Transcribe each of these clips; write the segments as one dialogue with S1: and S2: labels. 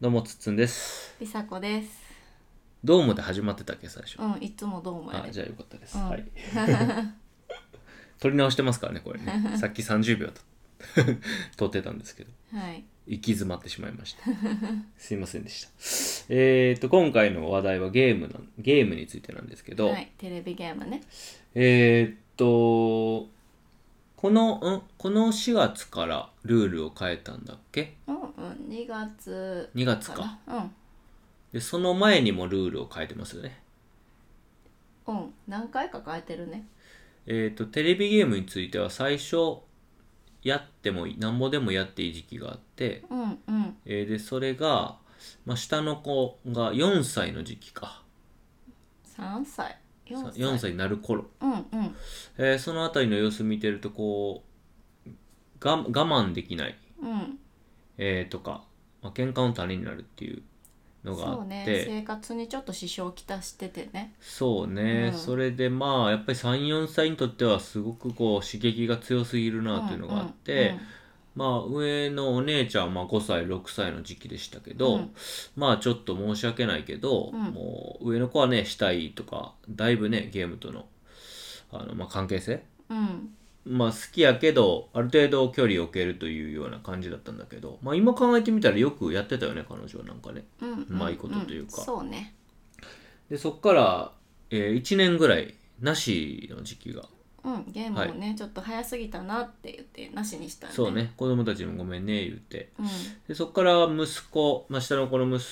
S1: どうもつっつんです
S2: りさこです
S1: どうもで始まってたっけ最初、
S2: うんいつもどうもや
S1: あ
S2: で
S1: じゃあよかったです、
S2: うん
S1: はい 撮り直してますからねこれねさっき30秒と 撮ってたんですけど
S2: はい
S1: 行き詰まってしまいました すいませんでしたえっ、と今回の話題はゲームなんゲームについてなんですけど、
S2: はいテレビゲームね
S1: えーっとこのんこの4月からルールを変えたんだっけ
S2: うんうん2月
S1: 2月か
S2: かな
S1: でその前にもルールを変えてますよね
S2: うんうん何回か変えてるね
S1: えっ、とテレビゲームについては最初やってもいいなんぼでもやっていい時期があって、
S2: うんうん
S1: えーでそれが、まあ、下の子が4歳の時期か
S2: 3歳4
S1: 4
S2: 歳
S1: 歳になる頃、
S2: うんうん
S1: えーそのあたりの様子見てるとこうが我慢できない、
S2: うん
S1: えーとか、まあ喧嘩の種になるっていうのがあ
S2: そ
S1: っ
S2: うね
S1: て
S2: 生活にちょっと支障をきたしててね
S1: そうね、
S2: うん
S1: それでまあやっぱり34歳にとってはすごくこう刺激が強すぎるなっていうのがあって、
S2: うん
S1: まあ上のお姉ちゃんはまあ5歳6歳の時期でしたけど、
S2: うん
S1: まあちょっと申し訳ないけど、
S2: うん
S1: もう上の子はねしたいとかだいぶねゲームとのあの、まあ、関係性
S2: うんうん
S1: まあ好きやけどある程度距離を置けるというような感じだったんだけど、まあ、今考えてみたらよくやってたよね彼女はなんかね
S2: うんうん
S1: うまいことというか
S2: んそうね
S1: でそっから、え1年ぐらいなしの時期が
S2: うんゲームもねちょっと早すぎたなって言ってなしにしたね
S1: そうね子供たちにもごめんね言って
S2: うん
S1: でそこから息子、まあ、下の子の息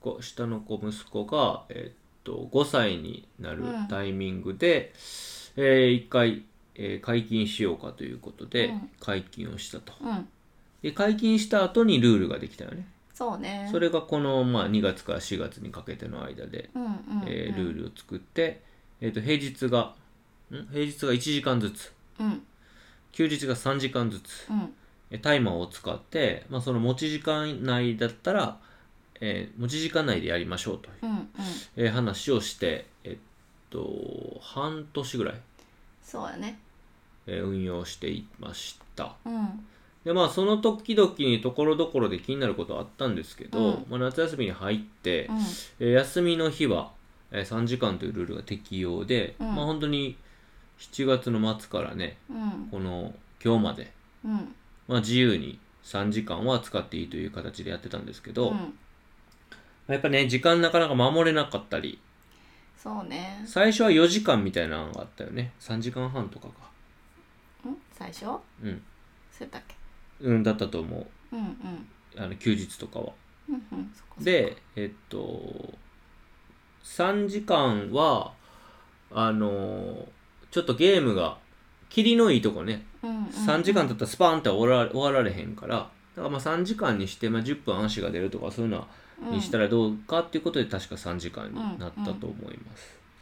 S1: 子下の子息子が、えーっと5歳になる
S2: うん
S1: タイミングで、えー一回、えー解禁しようかということで、
S2: うん
S1: 解禁をしたと
S2: うん
S1: で解禁した後にルールができたよね、
S2: そうね
S1: それがこの、まあ、2月から4月にかけての間で、
S2: うんうんうん
S1: えールールを作って、えーっと平日がん平日が1時間ずつ
S2: うん
S1: 休日が3時間ずつ
S2: うん
S1: えタイマーを使って、まあ、その持ち時間内だったら、えー持ち時間内でやりましょうという、
S2: うんうん
S1: えー話をして、えっと、半年ぐらい、
S2: そうやね
S1: えー運用していました。
S2: うん
S1: で、まあ、その時々にところどころで気になることはあったんですけど、
S2: うん
S1: まあ、夏休みに入って、
S2: うん
S1: えー休みの日は、えー3時間というルールが適用で、
S2: うん
S1: まあ、本当に7月の末からね、
S2: うん
S1: この今日まで、
S2: うん
S1: まあ、自由に3時間は使っていいという形でやってたんですけど、
S2: うん
S1: やっぱね、時間なかなか守れなかったり、
S2: そうね
S1: 最初は4時間みたいなのがあったよね。3時間半とかか。
S2: ん最初
S1: うん。
S2: そうやったっけ
S1: うん、だったと思う。
S2: うんうん
S1: あの、休日とかは。
S2: うんうんそっかそっか
S1: で、えっと、3時間は、あの、ちょっとゲームが、霧のいいとこね。
S2: うんうんうん
S1: 3時間経ったらスパンって終わら終わられへんから、だからまあ3時間にして、まあ10分足が出るとかそういうのはにしたらどうかっていうことで確か3時間になったと思いま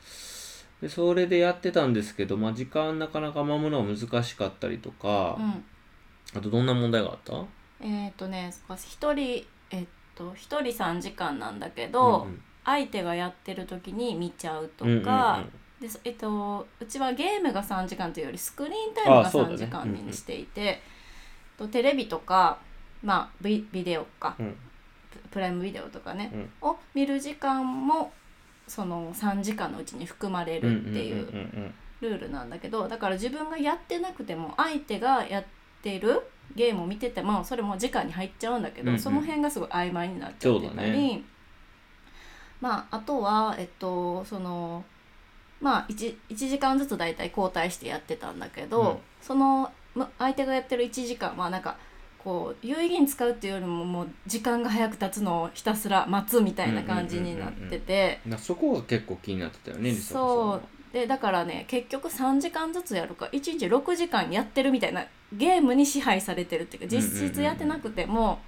S1: す。でそれでやってたんですけど、まあ、時間なかなか守るのは難しかったりとか
S2: う、ん
S1: あとどんな問題があった
S2: うんえっとねそっか一人えっと一人三時間なんだけど
S1: うん
S2: 相手がやってる時に見ちゃうと
S1: うんうんうんうん
S2: かでそえっと、うちはゲームが3時間というよりスクリーンタイム
S1: あ
S2: が
S1: そうだ
S2: 3
S1: ね
S2: 時間
S1: うんうん
S2: にしていて、とテレビとか、まあ、ビビデオか、
S1: うん
S2: ププライムビデオとかね、を見る時間もその3時間のうちに含まれ
S1: うん
S2: るってい
S1: んん
S2: うん
S1: ん
S2: ルールなんだけどだから自分がやってなくても相手がやってるゲームを見ててもそれも時間に入っちゃうんだけど、
S1: うんうん
S2: その辺がすごい曖昧になっちゃって
S1: そう
S2: た
S1: だ
S2: り、
S1: ね
S2: まああとはえっとそのまあ 1, 一時間ずつ大体交代してやってたんだけど、
S1: うん
S2: そのむ相手がやってる1時間はなんかこう有意義に使うっていうよりももう時間が早く経つのをひたすら待つみたいな感じになってて。
S1: うんなそこが結構気になってたよね梨紗子さん
S2: そ
S1: は
S2: うでだからね結局3時間ずつやるか1日6時間やってるみたいなゲームに支配されてるっていうか
S1: うんうんうんうん
S2: 実質やってなくても、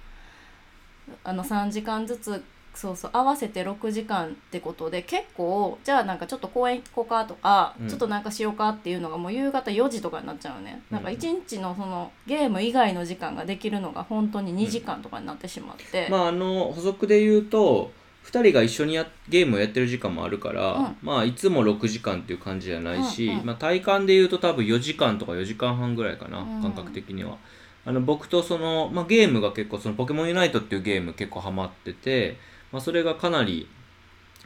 S2: あの3時間ずつそうそう合わせて6時間ってことで結構じゃあなんかちょっと公園行こうかとか、
S1: うん
S2: ちょっとなんかしようかっていうのがもう夕方4時とかになっちゃうね、なんか1日のそのゲーム以外の時間ができるのが本当に2時間とかになってしまって、
S1: まああの補足で言うと2人が一緒にやゲームをやってる時間もあるから、
S2: うん
S1: まあいつも6時間っていう感じじゃないし、
S2: うんうん
S1: まあ、体感で言うと多分4時間とか4時間半ぐらいかな、
S2: うん
S1: 感覚的にはあの僕とその、まあ、ゲームが結構そのポケモンユナイトっていうゲーム結構ハマってて、まあ、それがかなり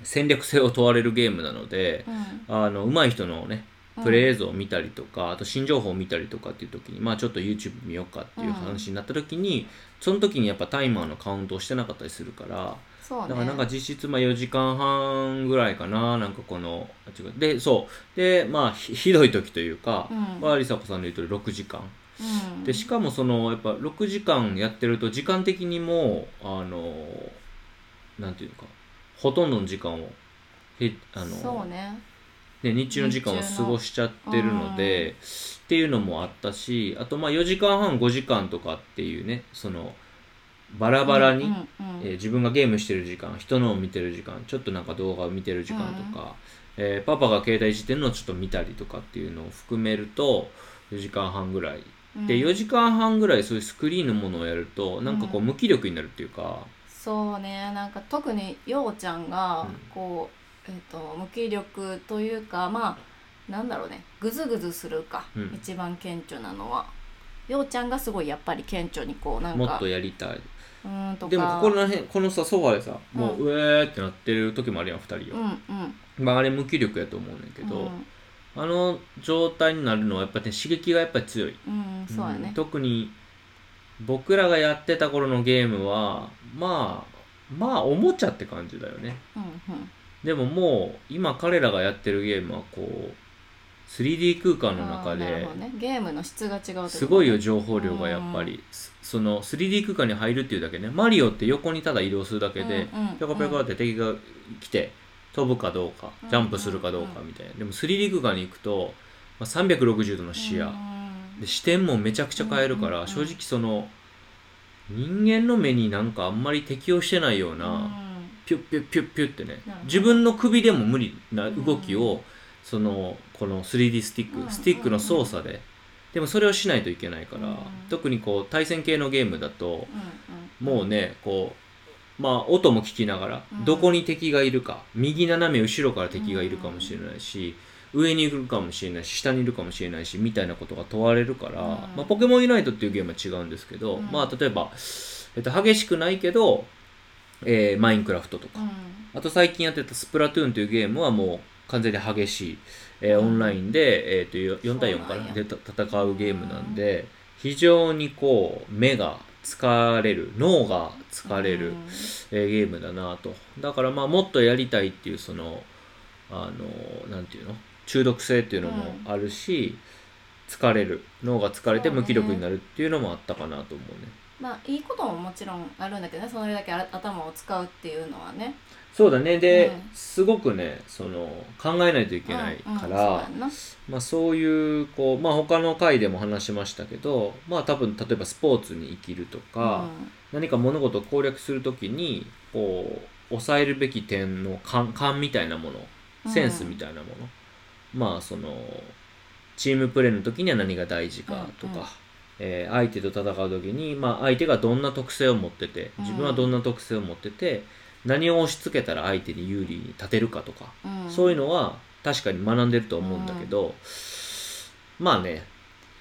S1: 戦略性を問われるゲームなので
S2: うん
S1: あの上手い人のねプレイ映像を見たりとか、あと新情報を見たりとかっていう時に、まあちょっと YouTube 見ようかっていう話になった時に、その時にやっぱタイマーのカウントをしてなかったりするから、
S2: そうね
S1: だからなんか実質まあ4時間半ぐらいかな、なんかこの、あ違うで、そう。で、まあひひどい時というか
S2: う、ん
S1: はりさこさんの言うとり6時間。
S2: うん
S1: で、しかもその、やっぱ6時間やってると時間的にもう、あの、なんていうのか、ほとんどの時間を、へあの、
S2: そうね
S1: で日中の時間を
S2: 日中
S1: 過
S2: の
S1: ごしちゃってるので、っていうのもあったしあとまあ4時間半5時間とかっていうねそのバラバラに、
S2: うんうん
S1: えー自分がゲームしてる時間人のを見てる時間ちょっとなんか動画を見てる時間とか、えーパパが携帯してるのをちょっと見たりとかっていうのを含めると4時間半ぐらい
S2: うん
S1: で4時間半ぐらいそういうスクリーンのものをやるとなんかこう
S2: うん
S1: 無気力になるっていうか、
S2: そうねなんか特にようちゃんが
S1: うん
S2: こう、えっと無気力というかまあなんだろうねグズグズするか、
S1: うん
S2: 一番顕著なのはようちゃんがすごいやっぱり顕著にこうなん
S1: も
S2: か
S1: っとやりたいう
S2: ーんとか
S1: でもここら辺このさソファでさもう
S2: う
S1: うえーってなってる時もあるやん2人よ、
S2: うんうん
S1: まあ、あれ無気力やと思うねんだけど、
S2: うん
S1: あの状態になるのはやっぱね刺激がやっぱり強い、
S2: うん、そうや
S1: う
S2: ね
S1: ん、特に僕らがやってた頃のゲームはまあまあおもちゃって感じだよね
S2: うんうん
S1: でももう今彼らがやってるゲームはこう 3D 空間の中
S2: あーなる
S1: で
S2: ほどね、ゲームの質が違うってことね
S1: すごいよ情報量がやっぱり、すその 3D 空間に入るっていうだけねマリオって横にただ移動するだけで、
S2: うんうん
S1: ぴょこぴょこって敵が来て飛ぶかどうか
S2: うん
S1: ジャンプするかどうかみたいなでも 3D 空間に行くと、まあ、360度の視野
S2: うん
S1: で視点もめちゃくちゃ変えるか
S2: うんう
S1: ら
S2: ん
S1: 正直その人間の目になんかあんまり適応してないようなピュッピュッピュッピュッってね
S2: なるほど
S1: 自分の首でも無理な
S2: うん
S1: 動きをそのこの 3D スティ
S2: う
S1: ッ
S2: ん
S1: クスティックの操作ででもそれをしないといけないから
S2: うん
S1: 特にこう対戦系のゲームだと
S2: うんうん
S1: もうねこうまあ音も聞きながら、
S2: うん
S1: どこに敵がいるか右斜め後ろから敵がいるかもしれないし、上にいるかもしれないし下にいるかもしれないしみたいなことが問われるから、
S2: うん
S1: まあ、ポケモンユナイトっていうゲームは違うんですけど、
S2: うん
S1: まあ例えば、えっと、激しくないけど、えーマインクラフトとか、
S2: うん
S1: あと最近やってたスプラトゥーンというゲームはもう完全に激しい、えー
S2: うん
S1: オンラインで、えー、とよ4対4か
S2: そうな
S1: なんで
S2: や
S1: た戦うゲームなんで非常にこう目が疲れる脳が疲れる、
S2: うん
S1: えーゲームだなとだからまあもっとやりたいっていうそのあのなんていうの中毒性っていうのもあるし、疲れる脳が疲れて
S2: そうね
S1: 無気力になるっていうのもあったかなと思うね
S2: まあいいことももちろんあるんだけどねそれだけあ頭を使うっていうのはね
S1: そうだねで、
S2: うん
S1: すごくねその考えないといけないか
S2: うんう
S1: ら、
S2: んそうやんな
S1: まあ、そういうこう、まあ、他の回でも話しましたけど、まあ、多分例えばスポーツに生きるとか、何か物事を攻略するときにこう抑えるべき点の勘勘みたいなも
S2: う
S1: の
S2: ん
S1: センスみたいなもの、まあそのチームプレーの時には何が大事かとか、
S2: うんうん
S1: えー相手と戦う時に、まあ、相手がどんな特性を持ってて自分はどんな特性を持ってて、何を押し付けたら相手に有利に立てるかとか、
S2: うん
S1: そういうのは確かに学んでると思うんだけど、まあね、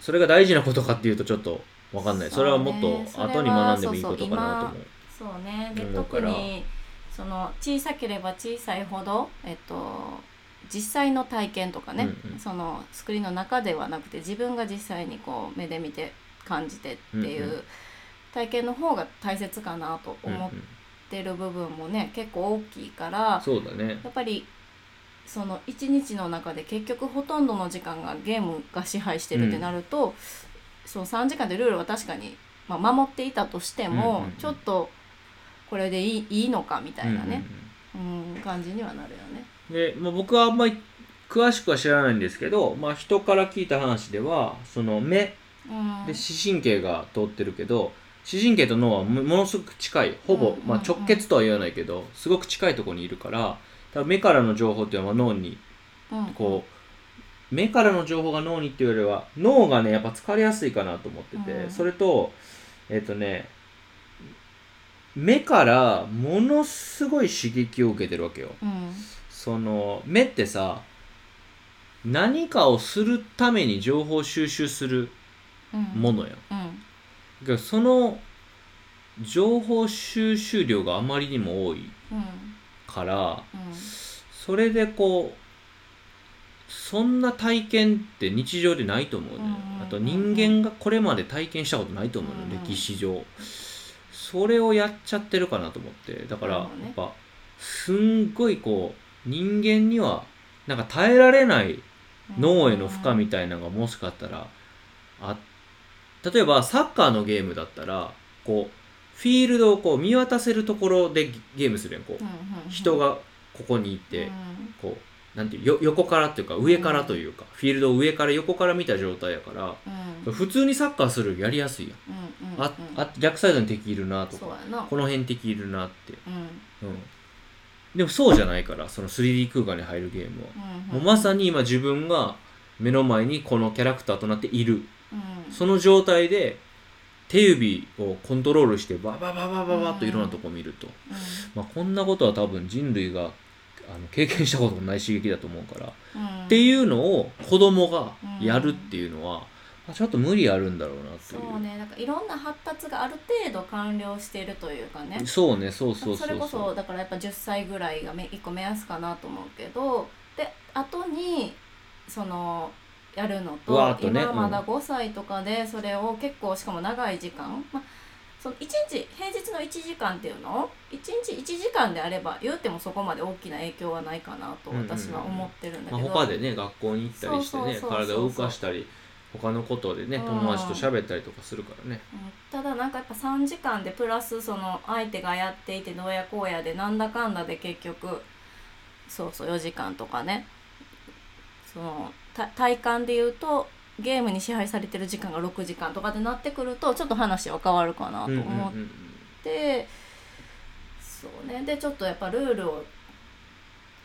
S1: それが大事なことかっていうとちょっとわかんない。それはもっ
S2: そうね
S1: と後に学んでもいいことかなと思う。
S2: そうねで
S1: うんだか
S2: 特
S1: ら
S2: にその小さければ小さいほどえっと実際の体験とかね、
S1: うんうん
S2: そのスクリーンの中ではなくて自分が実際にこう目で見て感じてってい
S1: うんう
S2: う体験の方が大切かなと
S1: うんうん
S2: 思ってる部分もね、結構大きいから
S1: そうだね。
S2: やっぱりその一日の中で結局ほとんどの時間がゲームが支配してるってなると、その3時間でルールは確かに、まあ、守っていたとしても、
S1: うんうんうん
S2: ちょっとこれでいいいいのかみたいなね
S1: う、んうん
S2: うん感じにはなるよね。
S1: うんで、まあ、僕はあんまり詳しくは知らないんですけど、まあ、人から聞いた話では、その目
S2: うん
S1: で視神経が通ってるけど、視神経と脳はもものすごく近い、ほぼ、まあ、直結とは言わないけど、すごく近いところにいるから、多分目からの情報っていうのは脳に
S2: うん
S1: こう目からの情報が脳にっていうよりは脳がねやっぱ疲れやすいかなと思ってて、
S2: うん
S1: それとえっ、とね目からものすごい刺激を受けてるわけよ
S2: うん
S1: その目ってさ何かをするために情報収集する
S2: うん
S1: ものやん
S2: うん
S1: けどその情報収集量があまりにも多い
S2: うん
S1: から
S2: うん
S1: それでこうそんな体験って日常でないと思うね、
S2: うん
S1: あと人間がこれまで体験したことないと思うの、
S2: うん
S1: 歴史上それをやっちゃってるかなと思ってだから
S2: な
S1: や
S2: るほどね
S1: っぱすんごいこう人間にはなんか耐えられない脳への負荷みたいなのがもしかしたらあ例えばサッカーのゲームだったらこうフィールドをこう見渡せるところでゲゲームするやんこう
S2: うんうんうん
S1: 人がここにいてこうなんていうよ横からっていうか上からというかフィールドを上から横から見た状態やから
S2: うんうん
S1: 普通にサッカーするよりやりやすいやん
S2: うんうん
S1: あ
S2: うん
S1: あ逆サイドに敵いるなと
S2: そう
S1: か
S2: やな
S1: この辺敵いるなって、
S2: うん
S1: うん、でもそうじゃないからその 3D 空間に入るゲームは。
S2: うん
S1: も
S2: う
S1: うんまさに今自分が目の前にこのキャラクターとなっている
S2: うん
S1: その状態で手指をコントロールしてババババババッといろんなとこ見ると、
S2: う
S1: まあ、こんなことは多分人類があの経験したことのない刺激だと思うから、っ
S2: んうん
S1: ていうのを子供がやるっていうのは、まあちょっと無理あるんだろうなと
S2: そ
S1: いう
S2: うねなんかいろんな発達がある程度完了しているというかね
S1: そうねそうそうそう
S2: それこそだからやっぱ10歳ぐらいがめ一個目安かなと思うけどで後にそのやるの
S1: うわー
S2: と
S1: っとね
S2: 今まだ
S1: うん
S2: 5歳とかでそれを結構しかも長い時間、まあ、その1日平日の1時間っていうの1日1時間であれば言うてもそこまで大きな影響はないかなと私は思ってるんだけ
S1: ま
S2: ど、
S1: あ、他でね学校に行ったりしてね
S2: そうそうそうそう
S1: 体を動かしたり他のことでね
S2: うん
S1: 友達と喋ったりとかするからね、
S2: うんただなんかやっぱ3時間でプラスその相手がやっていてどうやこうやでなんだかんだで結局そうそう4時間とかねそのた体感で言うとゲームに支配されてる時間が6時間とかでなってくるとちょっと話は変わるかなと
S1: うんうんうん
S2: 思っでそうねでちょっとやっぱルールを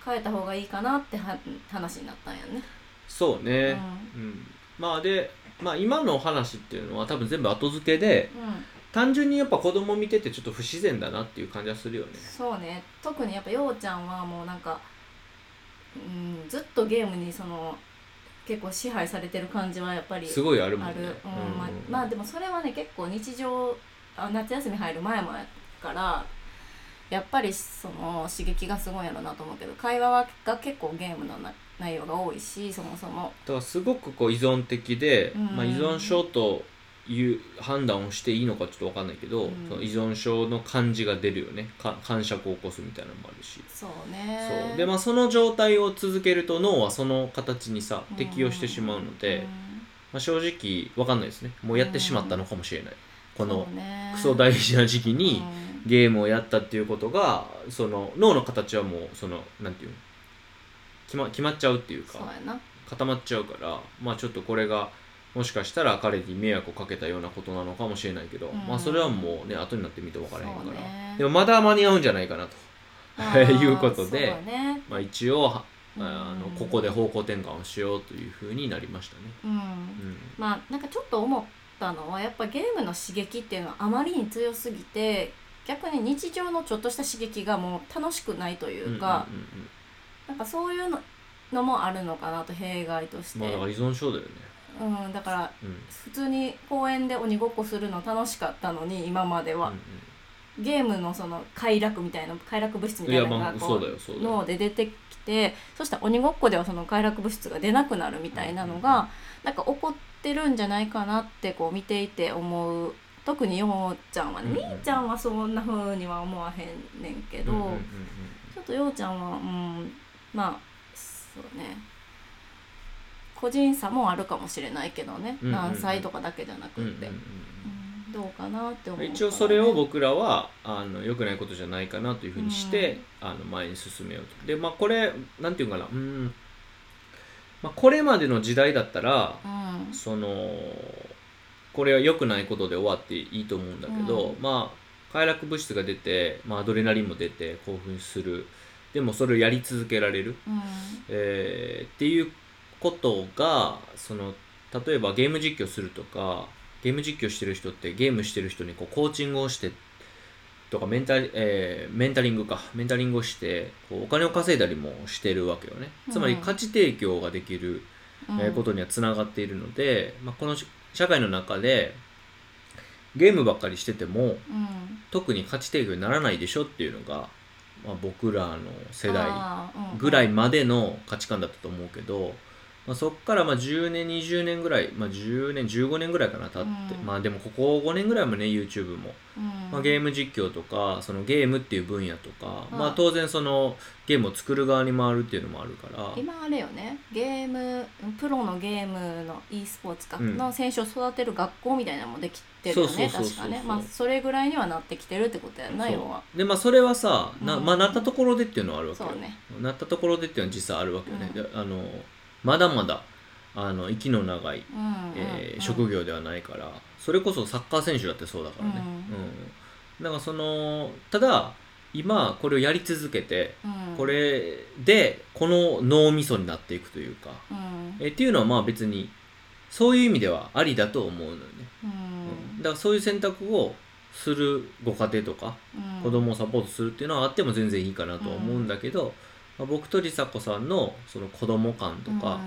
S2: 変えた方がいいかなっては話になったんやね。
S1: そうね、うん、まあで、まあ、今のお話っていうのは多分全部後付けで
S2: うん、うん
S1: 単純にやっぱ子供見ててちょっと不自然だなっていう感じはするよね
S2: そうね特にやっぱようちゃんはもうなんか、うん、ずっとゲームにその結構支配されてる感じはやっぱり
S1: すごいあるもん
S2: あ
S1: ね
S2: る、うんまあ
S1: うん、
S2: まあでもそれはね結構日常あ夏休み入る前もやからやっぱりその刺激がすごいやろなと思うけど会話はが結構ゲームのな内容が多いしそもそも
S1: だからすごくこう依存的で、
S2: うん
S1: まあ、依存症という判断をしていいのかちょっと分かんないけど、
S2: うん
S1: その依存症の感じが出るよねか感触を起こすみたいなのもあるし
S2: そうね
S1: そうでまあその状態を続けると脳はその形にさ適応してしまうので、まあ、正直わかんないですねもうやってしまったのかもしれない、このクソ
S2: 事
S1: 大事な時期にゲームをやったっていうことがその脳の形はもうそのなんていうの決ま決まっちゃうっていう
S2: そ
S1: か
S2: うやな
S1: 固まっちゃうからまあちょっとこれがもしかしたら彼に迷惑をかけたようなことなのかもしれないけど、
S2: うん
S1: まあそれはもうね後になってみて分からへん
S2: そ
S1: か
S2: う
S1: ら、
S2: ね
S1: でもまだ間に合うんじゃないかなと、
S2: あー
S1: いうことで
S2: そうだね
S1: まあ、一応はあの
S2: うん
S1: ここで方向転換をしようというふうになりましたね。
S2: うん
S1: うん
S2: まあなんかちょっと思ったのはやっぱゲームの刺激っていうのはあまりに強すぎて逆に日常のちょっとした刺激がもう楽しくないというか、
S1: うんうんうんうん
S2: なんかそういうののもあるのかなと弊害として、
S1: まあだから依存症だよね。
S2: うん、だから
S1: うん
S2: 普通に公園で鬼ごっこするの楽しかったのに今までは、ゲームのその快楽みたいな快楽物質み
S1: うん、い
S2: た
S1: や
S2: いなの
S1: ま
S2: が
S1: あ
S2: こ
S1: そう
S2: う
S1: だよそうだよ。
S2: 脳で出てきてそしたら鬼ごっこではその快楽物質が出なくなるみたいなのが、なんか起こってるんじゃないかなってこう見ていて思う特にようちゃんはね、
S1: うんうん
S2: みーちゃんはそんな風には思わへんねんけど、
S1: うんうんうんうん
S2: ちょっとようちゃんはうんまあそうね個人差もあるかもしれないけどね、
S1: うんうんうん
S2: 何歳とかだけじゃなく
S1: う
S2: っ
S1: ん
S2: て
S1: うん、うん
S2: うんどうかなって思うからね、
S1: 一応それを僕らはあの良くないことじゃないかなというふうにして、あの前に進めようとでまあこれなんていうかなうん、まあ、これまでの時代だったら
S2: うん
S1: そのこれは良くないことで終わっていいと思うんだけど、
S2: う
S1: まあ快楽物質が出て、まあ、アドレナリンも出て興奮するでもそれをやり続けられる、
S2: うん
S1: えーっていうことがその例えばゲーム実況するとかゲーム実況してる人ってゲームしてる人にこうコーチングをしてとかメンタリ、えーメンタリングかメンタリングをしてこうお金を稼いだりもしてるわけよねつまり
S2: うん
S1: 価値提供ができる、えーことにはつながっているので、まあ、このし社会の中でゲームばっかりしてても
S2: うん
S1: 特に価値提供にならないでしょっていうのが、まあ、僕らの世代
S2: あーうん
S1: ぐらいまでの価値観だったと思うけど、まあ、そっからまあ10年20年ぐらい、まあ、10年15年ぐらいかな経って、
S2: うん
S1: まあでもここ5年ぐらいもね YouTube も、
S2: うん
S1: まあ、ゲーム実況とかそのゲームっていう分野とか、
S2: うん
S1: まあ当然そのゲームを作る側に回るっていうのもあるから
S2: 今あれよねゲームプロのゲームの e スポーツか、
S1: うん
S2: の選手を育てる学校みたいなのもできてるよね
S1: そうそうそうそう
S2: 確かねまあそれぐらいにはなってきてるってことやな
S1: そう
S2: 要は
S1: でまあそれはさな,、
S2: うん
S1: まあ、なったところでっていうのはあるわけよ、
S2: そうね
S1: なったところでっていうのは実際あるわけよね、
S2: うん
S1: であのまだまだあの息の長い
S2: うんうんうん、
S1: えー職業ではないからそれこそサッカー選手だってそうだからね、う
S2: う
S1: ん、だからそのただ今これをやり続けて
S2: うん
S1: これでこの脳みそになっていくというか、
S2: うん
S1: えっていうのはまあ別にそういう意味ではありだと思うのよね、
S2: う
S1: うん
S2: ん
S1: だからそういう選択をするご家庭とか
S2: うん
S1: 子供をサポートするっていうのはあっても全然いいかなとは思うんだけど、まあ僕と梨紗子さんのその子供感とか、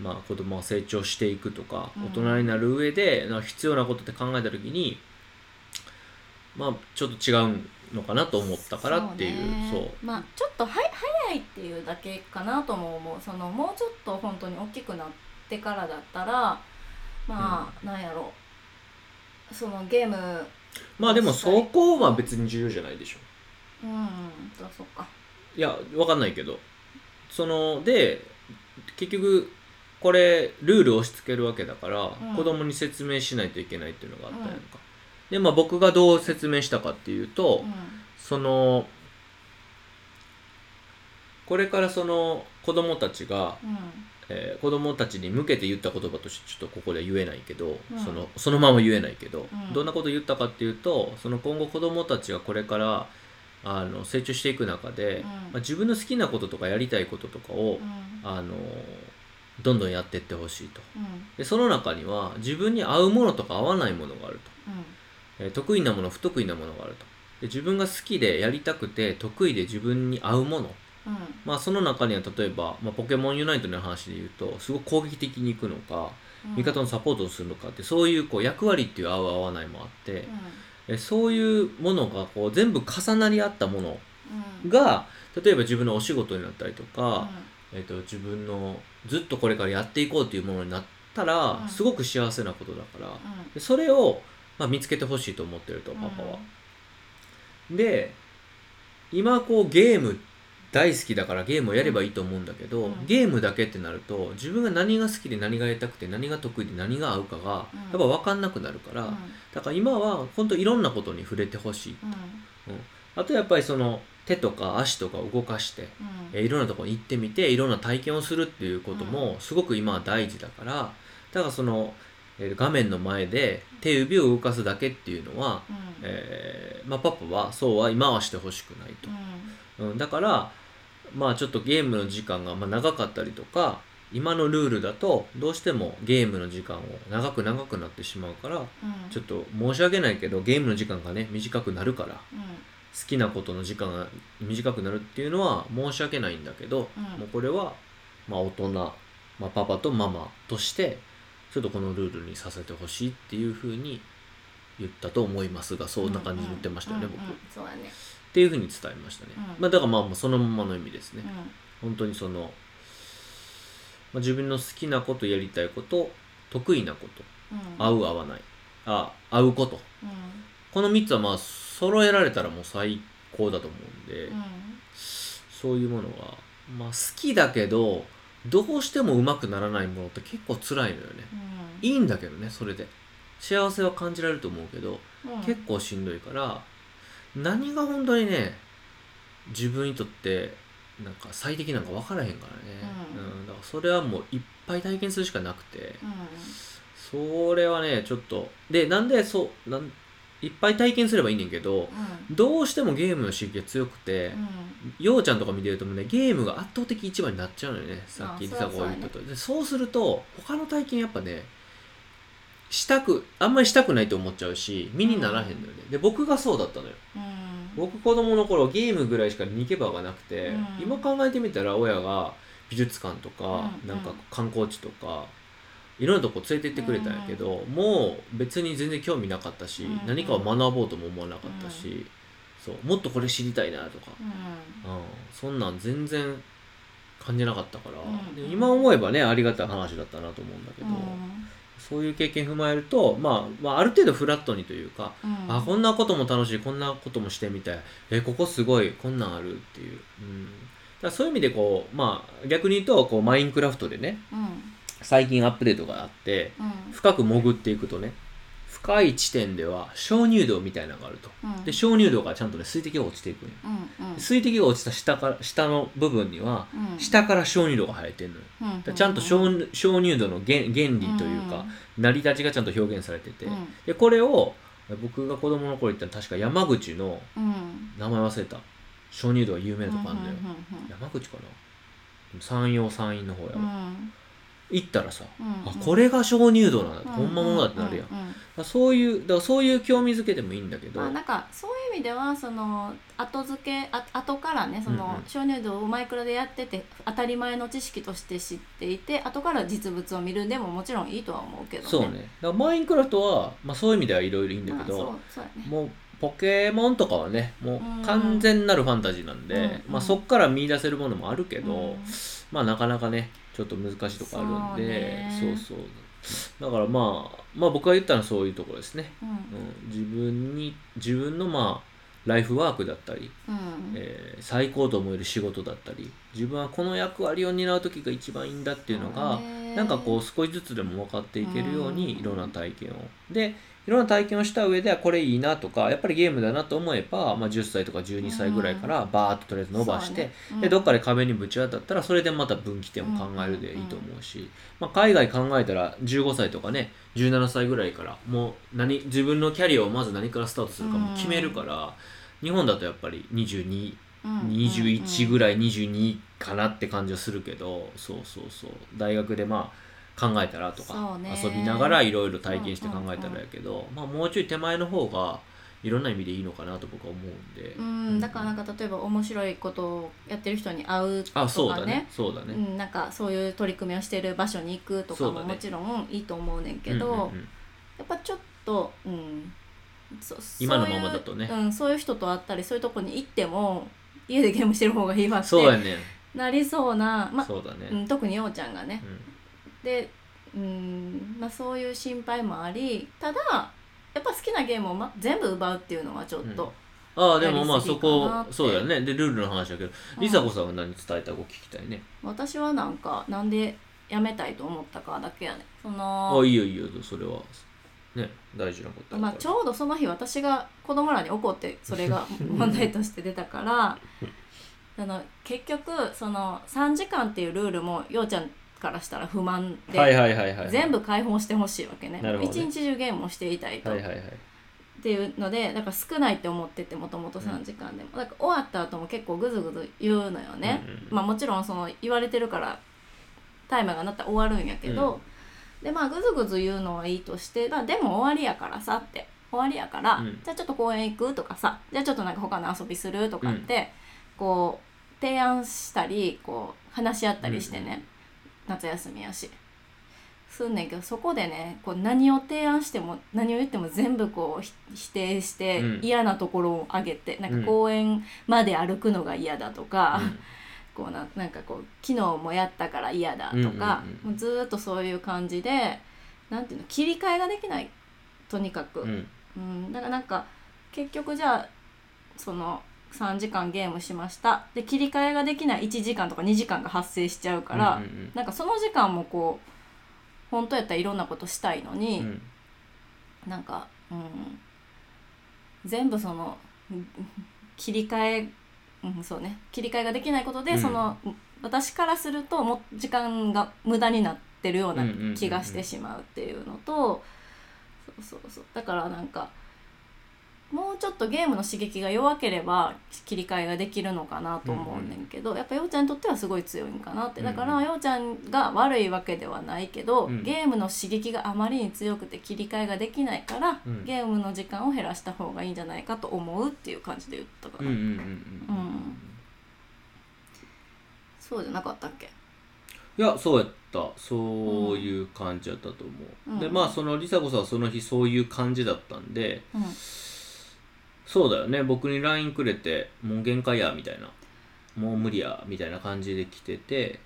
S1: まあ、子供が成長していくとか、
S2: うん
S1: 大人になる上でなんか必要なことって考えた時にまあちょっと違うのかなと思ったからっていうそう,、
S2: ねまあちょっとは早いっていうだけかなとも思うそのもうちょっと本当に大きくなってからだったらまあ、なんやろうそのゲーム
S1: まあでも
S2: 確か
S1: そ
S2: に
S1: こは別に重要じゃないでしょ
S2: うんそうそうか
S1: いやわかんないけどそので結局これルールを押し付けるわけだから、
S2: うん
S1: 子供に説明しないといけないっていうのがあったやんか、でまあ僕がどう説明したかっていうと、
S2: う
S1: そのこれからその子供たちが、
S2: んうん
S1: えー子供たちに向けて言った言葉としてちょっとここでは言えないけど、
S2: うん
S1: そのそのまま言えないけど、
S2: うん
S1: どんなこと言ったかっていうとその今後子供たちがこれからあの成長していく中で、
S2: うん
S1: まあ、自分の好きなこととかやりたいこととかを、
S2: うん
S1: あのどんどんやっていってほしいと
S2: うん
S1: でその中には自分に合うものとか合わないものがあると。
S2: うん
S1: えー得意なもの不得意なものがあるとで自分が好きでやりたくて得意で自分に合うもの
S2: うん
S1: まあその中には例えば、まあ、ポケモンユナイトの話で言うとすごく攻撃的にいくのか
S2: うん
S1: 味方のサポートをするのかってそういうこう役割っていう合う合わないもあって
S2: うん
S1: えそういうものがこう全部重なり合ったもの
S2: うん
S1: が例えば自分のお仕事になったりとか、
S2: うん
S1: えっと自分のずっとこれからやっていこうというものになったら
S2: うん
S1: すごく幸せなことだから
S2: うん
S1: でそれを、まあ、見つけてほしいと思ってるとパパは。で今こうゲーム大好きだからゲームをやればいいと思うんだけど、
S2: うん
S1: ゲームだけってなると自分が何が好きで何がやりたくて何が得意で何が合うかがや
S2: うん
S1: っぱ分かんなくなるから、
S2: うん
S1: だから今は本当いろんなことに触れてほしい
S2: うん
S1: あとやっぱりその手とか足とか動かして
S2: うん
S1: えいろんなところに行ってみていろんな体験をするっていうこともすごく今は大事だからだからそのえー画面の前で手指を動かすだけっていうのは
S2: うん
S1: えーまあ、パパはそうは今はしてほしくないと
S2: うん、
S1: うんだからまあちょっとゲームの時間がまあ長かったりとか今のルールだとどうしてもゲームの時間を長く長くなってしまうから
S2: うん
S1: ちょっと申し訳ないけどゲームの時間がね短くなるから好
S2: うん
S1: きなことの時間が短くなるっていうのは申し訳ないんだけど、
S2: うん
S1: もうこれはまあ大人、まあ、パパとママとしてちょっとこのルールにさせてほしいっていうふうに言ったと思いますがそんな感じに言ってましたよね、
S2: うんうん
S1: 僕。
S2: うんそうだね
S1: っていうふうに伝えましたね、
S2: うん
S1: まあだからまあもうそのままの意味ですね、
S2: うん
S1: 本当にその、まあ、自分の好きなことやりたいこと得意なこと
S2: うん
S1: 合う合わないあ合うこと
S2: うん
S1: この3つはまあ揃えられたらもう最高だと思うんで、
S2: うん
S1: そういうものがまあ好きだけどどうしてもうまくならないものって結構辛いのよね
S2: うん
S1: いいんだけどねそれで幸せは感じられると思うけど、
S2: うん
S1: 結構しんどいから何が本当にね自分にとってなんか最適なんか分からへんからね、
S2: うん
S1: だからそれはもういっぱい体験するしかなくて
S2: うん
S1: それはねちょっとでなんでそうなんいっぱい体験すればいいねんけど
S2: うん
S1: どうしてもゲームの刺激が強くて、ようちゃんとか見てるともうねゲームが圧倒的一番になっちゃうのよねさっき
S2: あ
S1: り
S2: そう
S1: さこう言ったとりでそうすると他の体験やっぱねしたくあんまりしたくないと思っちゃうし身にならへんのよね、で僕がそうだったのよ
S2: うん
S1: 僕子供の頃ゲームぐらいしか逃げ場がなくて、
S2: うん
S1: 今考えてみたら親が美術館とか、
S2: うん
S1: なんか観光地とかいろんなとこ連れてってくれたんやけど、もう別に全然興味なかったし、
S2: うんうん
S1: 何かを学ぼうとも思わなかったし、そうもっとこれ知りたいなとか、うんそんなん全然感じなかったから、
S2: うん
S1: で今思えばねありがたい話だったなと思うんだけど、そういう経験踏まえると、まあ、まあある程度フラットにというか、あこんなことも楽しいこんなこともしてみたいえここすごいこんなんあるっていう、うん、だからそういう意味でこうまあ逆に言うとこうマインクラフトでね最近アップデートがあって深く潜っていくとね深い地点では鍾乳洞みたいなのがあるとで鍾乳洞がちゃんとね水滴が落ちていくんよ水滴が落ちた下から下の部分には下から鍾乳洞が生えてんのよだからちゃんと鍾鍾乳洞の原原理というか、成り立ちがちゃんと表現されてて、でこれを僕が子供の頃行ったの確か山口の名前忘れた鍾乳洞が有名なとこあんのよ、山口かな山陽山陰の方やわ、行ったらさ、あこれが鍾乳洞なんだ、ほんまものだってなるやん、まあそういうだからそういう興味づけでもいいんだけど、
S2: まあ、なんかそういう意味ではその後付けあ後からねそ
S1: うん
S2: の
S1: うん
S2: 鍾乳洞をマイクロでやってて当たり前の知識として知っていて後から実物を見るでももちろんいいとは思うけど、ね、
S1: そうねだからマインクラフトは、まあ、そういう意味ではいろいろいいんだ
S2: まあ
S1: けど、
S2: そうそうやね
S1: もうポケモンとかはねも
S2: うん
S1: う完全なるファンタジーなんで、
S2: うんうん
S1: まあ、そっから見出せるものもあるけど、
S2: うん
S1: まあなかなかねちょっと難しいとこあるんで
S2: そ
S1: そうう,、
S2: ね
S1: そうだからまあまあ僕が言ったのはそういうところですね、
S2: う
S1: うんん、自分に自分のまあライフワークだったり、
S2: うん
S1: えー最高と思える仕事だったり自分はこの役割を担う時が一番いいんだっていうのが、なんかこう少しずつでも分かっていけるよう
S2: う
S1: に
S2: ん
S1: いろんな体験をでいろんな体験をした上でこれいいなとかやっぱりゲームだなと思えば、まあ、10歳とか12歳ぐらいからバーッととりあえず伸ばして、
S2: そうね
S1: でどっかで壁にぶち当たったらそれでまた分岐点を考えるでいいと思うし、まあ、海外考えたら15歳とかね17歳ぐらいからもう何自分のキャリアをまず何からスタートするかも決めるから、日本だとやっぱり22
S2: うんうん
S1: 21ぐらい22かなって感じはするけどそうそうそう大学でまあ考えたらと
S2: そう
S1: か
S2: ね
S1: 遊びながらいろいろ体験して考えたらやけど、まあ、もうちょい手前の方がいろんな意味でいいのかなと僕は思うんで、
S2: うん、だからなんか例えば面白いことをやってる人に会うとかね
S1: あそうだねそうだね、
S2: うん、なんかそういう取り組みをしてる場所に行くとか
S1: そう
S2: も
S1: だね
S2: もちろんいいと思うねんけど、
S1: うんうんうん
S2: やっぱちょっと、うん、そ
S1: 今のままだとね
S2: そういう,、うん、そういう人と会ったりそういうとこに行っても家でゲームしてる方がいいわっ
S1: そうや
S2: て
S1: ね
S2: なりそうなまあ
S1: そうだね、
S2: う
S1: うん
S2: ん、特にようちゃんがねで、うんまあ、そういう心配もありただやっぱ好きなゲームを、ま、全部奪うっていうのはちょっと、
S1: ああでもまあそこ
S2: やりす
S1: そう
S2: ぎか
S1: だ
S2: なって
S1: よねでルールの話だけど
S2: うん
S1: 梨紗子さんが何伝えたか聞きたいね、
S2: 私はなんかなんでやめたいと思ったかだけやねそ
S1: あ
S2: の
S1: いいよいいよそれはね大事なことやから
S2: まあ、ちょうどその日私が子供らに怒ってそ れが問題として出たからあの結局その3時間っていうルールもようちゃんからしたら不満で、
S1: はいはいはいはい
S2: 全部解放してほしいわけね
S1: なるほどね
S2: 一日中ゲームをしていたいと、
S1: はいはいはい
S2: っていうのでだから少ないって思っててもともと3時間でも、だから終わった後も結構グズグズ言うのよね、
S1: うんうんうん
S2: まあ、もちろんその言われてるからタイマーが鳴ったら終わるんやけど、でまあグズグズ言うのはいいとして、まあ、でも終わりやからさって終わりやから、
S1: うん
S2: じゃあちょっと公園行くとかさじゃあちょっとなんか他の遊びするとかって、こう提案したりこう話し合ったりしてね、夏休みやし。すんねんけどそこでねこう何を提案しても何を言っても全部こうひ否定して、
S1: うん
S2: 嫌なところを上げてなん
S1: うん
S2: か公園まで歩くのが嫌だとか、
S1: うん
S2: こうななんかこう昨日もやったから嫌だとか、
S1: うんうんうん
S2: もうずーっとそういう感じでなんていうの切り替えができないとにかく、
S1: う
S2: うん
S1: ん
S2: だからなんか結局じゃあその3時間ゲームしましたで切り替えができない1時間とか2時間が発生しちゃうから、
S1: うんうん
S2: なんかその時間もこう本当やったらいろんなことしたいのに、
S1: うん
S2: なんか、うん、全部その うん切り替え、うん、そうね切り替えができないことで、
S1: うん
S2: その私からするともう時間が無駄になってるような
S1: うんうんうんうん
S2: 気がしてしまうっていうのと、そうそうそうだからなんかもうちょっとゲームの刺激が弱ければ切り替えができるのかなと思うねんけど、やっぱようちゃんにとってはすごい強いんかなってだか
S1: うん
S2: らようちゃんが悪いわけではないけど、
S1: うん
S2: ゲームの刺激があまりに強くて切り替えができないから、
S1: うん
S2: ゲームの時間を減らした方がいいんじゃないかと思うっていう感じで言ったか
S1: うん
S2: ら、
S1: うん
S2: うんそうじゃなかったっけ
S1: いやそうやったそういう感じやったと思う、
S2: うん
S1: でまあその梨紗子さんはその日そういう感じだったんで
S2: うん
S1: そうだよね僕に LINE くれてもう限界やみたいなもう無理やみたいな感じで来てて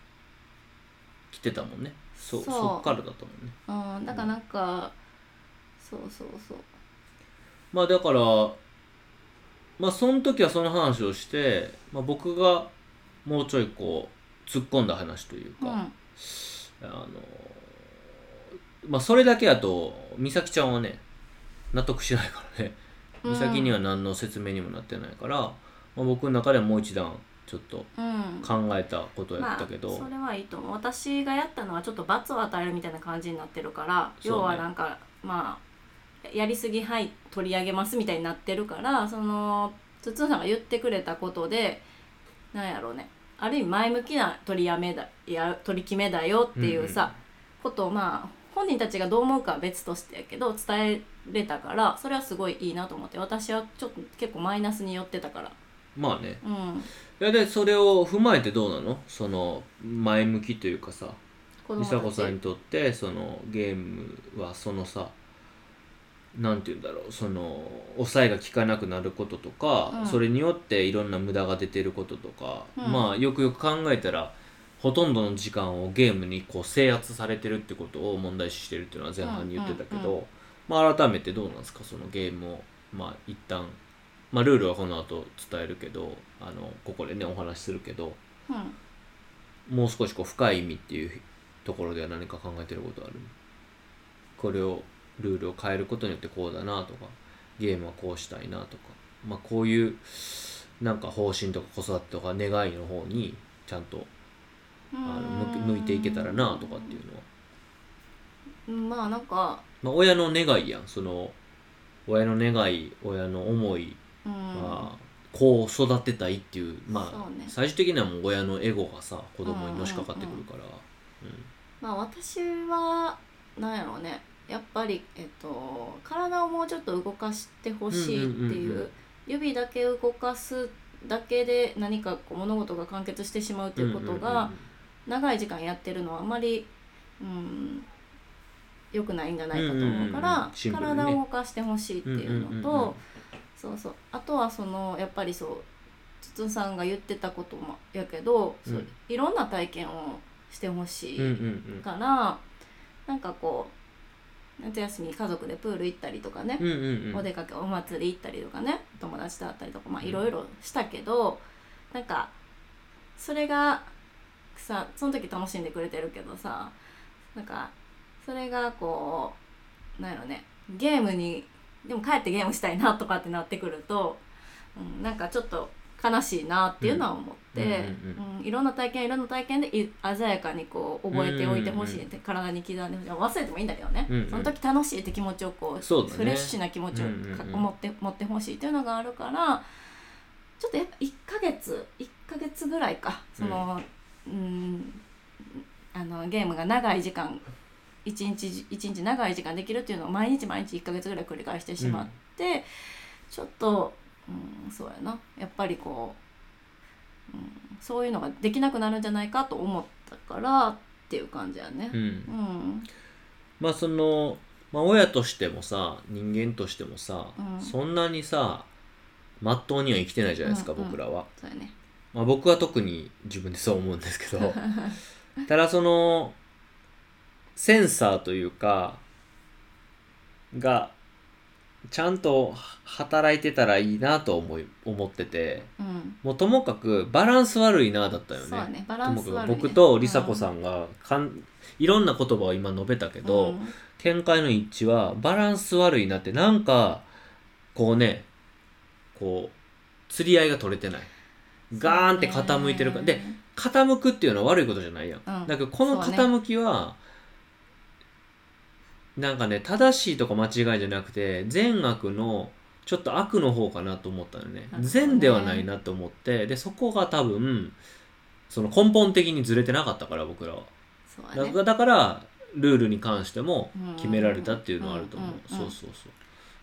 S1: 来てたもんねそう
S2: そ
S1: そうっからだったもんね
S2: うん、だからなんか、そうそうそう
S1: まあだからまあその時はその話をして、まあ、僕がもうちょいこう突っ込んだ話という
S2: う
S1: か、
S2: ん
S1: あのまあそれだけやと美咲ちゃんはね納得しないからね
S2: うん
S1: 美咲には何の説明にもなってないから、まあ、僕の中ではもう一段ちょっと
S2: うん
S1: 考えたことやったけど、
S2: まあ、それはいいと思う私がやったのはちょっと罰を与えるみたいな感じになってるから、
S1: そうね
S2: 要はなんかまあやりすぎはい取り上げますみたいになってるからその筒野さんが言ってくれたことでなんやろうねある意味前向きな取りやめだや取り決めだよっていうさ、ことをまあ本人たちがどう思うかは別としてやけど伝えれたからそれはすごいいいなと思って私はちょっと結構マイナスに寄ってたから。
S1: まあね
S2: うん
S1: いやでそれを踏まえてどうなのその前向きというかさ
S2: 子供
S1: 美
S2: たち
S1: 佐子さんにとってそのゲームはそのさなんて言うんだろうその抑えが効かなくなることとか、
S2: うん
S1: それによっていろんな無駄が出てることとか、
S2: うん
S1: まあよくよく考えたらほとんどの時間をゲームにこう制圧されてるってことを問題視してるっていうのは前半に言ってたけど、
S2: うんうん
S1: まあ、改めてどうなんですかそのゲームをまあ一旦まあルールはこの後伝えるけどあのここでねお話しするけど、
S2: うん
S1: もう少しこう深い意味っていうところでは何か考えてることあるこれをルールを変えることによってこうだなとかゲームはこうしたいなとか、まあ、こういうなんか方針とか子育てとか願いの方にちゃんとあの向け向いていけたらなとかっていうのは、
S2: うんまあなんか、
S1: まあ、親の願いやんその親の願い親の思い
S2: うん
S1: はこう育てたいっていうま
S2: そうね
S1: あ最終的にはもう親のエゴがさ子供にのしかかってくるから。うん
S2: まあ私はなんやろうねやっぱり、えっと、体をもうちょっと動かしてほしいっていう,、
S1: うんうんうんうん
S2: 指だけ動かすだけで何かこう物事が完結してしまうっていうこ
S1: う
S2: と
S1: んうんうん
S2: が長い時間やってるのはあまり、うん、良くないんじゃないかと思
S1: う
S2: うか
S1: んうんうん
S2: ら
S1: うん、シンプルにね
S2: 体を動かしてほしいっていうの
S1: うん
S2: と、
S1: うんうんうん
S2: そうそうあとはそのやっぱりそう筒さんが言ってたこともやけど、そう
S1: うん
S2: いろんな体験をしてほし
S1: うんうん
S2: いから、なんかこう夏休み家族でプール行ったりとかね
S1: う、んうんうん
S2: お出かけお祭り行ったりとかね友達と会ったりとかまあいろいろしたけど、なんかそれがさその時楽しんでくれてるけどさなんかそれがこうなんやろねゲームにでも帰ってゲームしたいなとかってなってくると、うん、なんかちょっと悲しいなっていうのは思って、
S1: う
S2: うんん
S1: うん
S2: いろんな体験いろんな体験でい鮮やかにこう覚えておいてほしいって、体に刻んでほしい忘れてもいいんだけどね、
S1: うんうん
S2: その時楽しいって気持ちをこう
S1: そうだね
S2: フレッシュな気持ちを
S1: うんうん
S2: か
S1: うん
S2: 持って持ってほしいというのがあるからちょっとやっぱ1ヶ月1ヶ月ぐらいかその、うん、あのゲームが長い時間一日じ一日長い時間できるっていうのを毎日毎日1ヶ月ぐらい繰り返してしまって、ちょっと、うん、そうやなやっぱりこう、うん、そういうのができなくなるんじゃないかと思ったからっていう感じやね
S1: う。、
S2: うんん
S1: まあその、まあ、親としてもさ人間としてもさ、
S2: うん
S1: そんなにさまっとうには生きてないじゃないですか、
S2: うんうん
S1: 僕らは、
S2: そうやね。
S1: まあ、僕は特に自分でそう思うんですけ どただそのセンサーというかがちゃんと働いてたらいいなと思い思ってて
S2: うん
S1: もうともかくバランス悪いなだったよ
S2: そうねバランス
S1: ともか
S2: 悪い、
S1: く
S2: ね、
S1: 僕と梨紗子さんがかんいろんな言葉を今述べたけど、
S2: うん
S1: 見解の一致はバランス悪いなってなんかこうねこう釣り合いが取れてないガーンって傾いてるから、で傾くっていうのは悪いことじゃないやん、
S2: うん
S1: だけどこの
S2: そうね
S1: 傾きは、なんかね正しいとか間違いじゃなくて善悪のちょっと悪の方かなと思ったのね
S2: なるほどね
S1: 善ではないなと思ってでそこが多分その根本的にずれてなかったから僕らは
S2: そうや
S1: だ
S2: ね
S1: だからルールに関しても
S2: うん
S1: 決められたっていうのはあると思う,、
S2: うんうんうん
S1: そうそうそう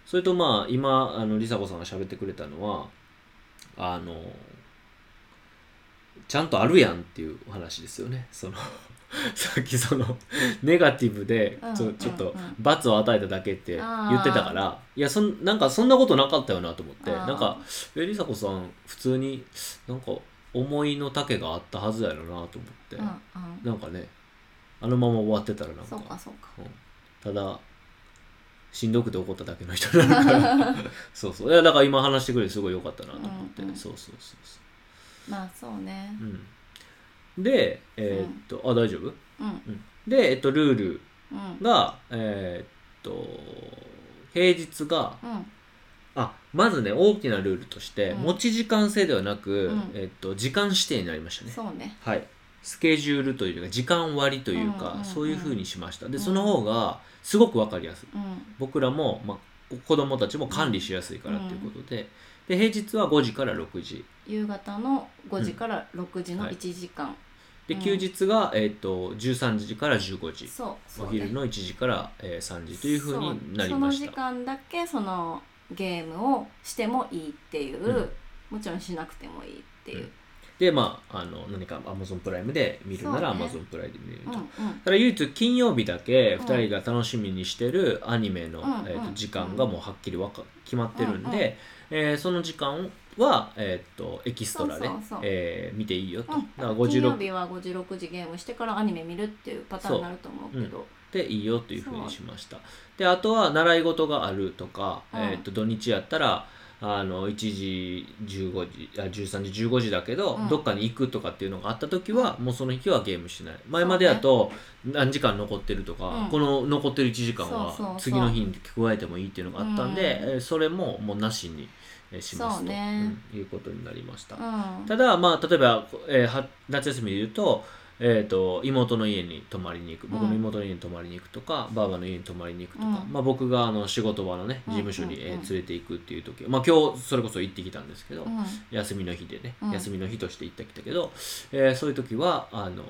S1: それとまあ今あの梨紗子さんが喋ってくれたのはあのちゃんとあるやんっていうお話ですよねその さっきそのネガティブでちょ,、
S2: うんうんうん
S1: ちょっと罰を与えただけって言ってたからいやそんなんかそんなことなかったよなと思って
S2: あー
S1: なんかえりさこさん普通になんか思いの丈があったはずやろなと思って、
S2: うんうん
S1: なんかねあのまま終わってたらなんか
S2: そうかそうか
S1: うんただしんどくて怒っただけの人になるから そうそういやだから今話してくれてすごい良かったなと思って、
S2: うんうん
S1: そうそうそうそ
S2: まあそうね
S1: う、うん、でえーっと、あ大丈夫
S2: うん
S1: で、えっと、ルール
S2: うん
S1: が、えーっと、平日が、
S2: うん
S1: あ、まずね、大きなルールとして、
S2: うん
S1: 持ち時間制ではなく、
S2: うん
S1: えっと、時間指定になりましたね。
S2: そうね
S1: はい。スケジュールというか、時間割というか、
S2: うんうんうん
S1: そういうふうにしました。で、
S2: うん
S1: その方が、すごくわかりやすい。
S2: うん
S1: 僕らも、まあ、子供たちも管理しやすいからっていうことで、で、平日は5時から6時。
S2: 夕方の5時から6時の
S1: はい
S2: 1時間、
S1: で、
S2: うん
S1: 休日が、えっと、13時から15時。
S2: そうそう
S1: お
S2: ね
S1: 昼の1時から、えー3時というふうになりました。
S2: そうその時間だけそのゲームをしてもいいっていう、
S1: うん
S2: もちろんしなくてもいいっていう、
S1: でまああの何か Amazon プライムで見るなら
S2: そうね
S1: Amazon プライムで見る
S2: う
S1: と、
S2: んうん
S1: ただ唯一金曜日だけ
S2: うん
S1: 2人が楽しみにしてるアニメの、
S2: うんうん
S1: えーと時間がもうはっきりわか決まってるんで、えーその時間は、えー、とエキストラで
S2: そうそうそう
S1: えー見ていいよと、
S2: うん
S1: だから
S2: 金曜
S1: 56
S2: 日は5時6時ゲームしてからアニメ見るっていうパターンになると思うけど
S1: でいいよというふうにしましたであとは習い事があるとか、
S2: うん
S1: えー、と土日やったらあの1時15時あ13時15時だけど、
S2: うん
S1: どっかに行くとかっていうのがあった時はもうその日はゲームしない前までやと何時間残ってるとか、
S2: うん
S1: この残ってる1時間
S2: そうそうそ
S1: は
S2: う
S1: 次の日に加えてもいいっていうのがあったんで、
S2: うん
S1: えーそれももうなしにえーします
S2: そ
S1: と、
S2: うね
S1: うんいうことになりました
S2: う、ん
S1: ただまあ例えば、えーは夏休みで言うと,、えー、と妹の家に泊まりに行く僕の妹の家に泊まりに行くとか、ばあばの家に泊まりに行くとか、
S2: うん
S1: まあ、僕があの仕事場のね
S2: うん
S1: 事務所に、
S2: うん
S1: えー
S2: うん
S1: 連れて行くっていう時、まあ、今日それこそ行ってきたんですけど、
S2: うん
S1: 休みの日でね、
S2: うん
S1: 休みの日として行ってきたけど、えーそういう時はあの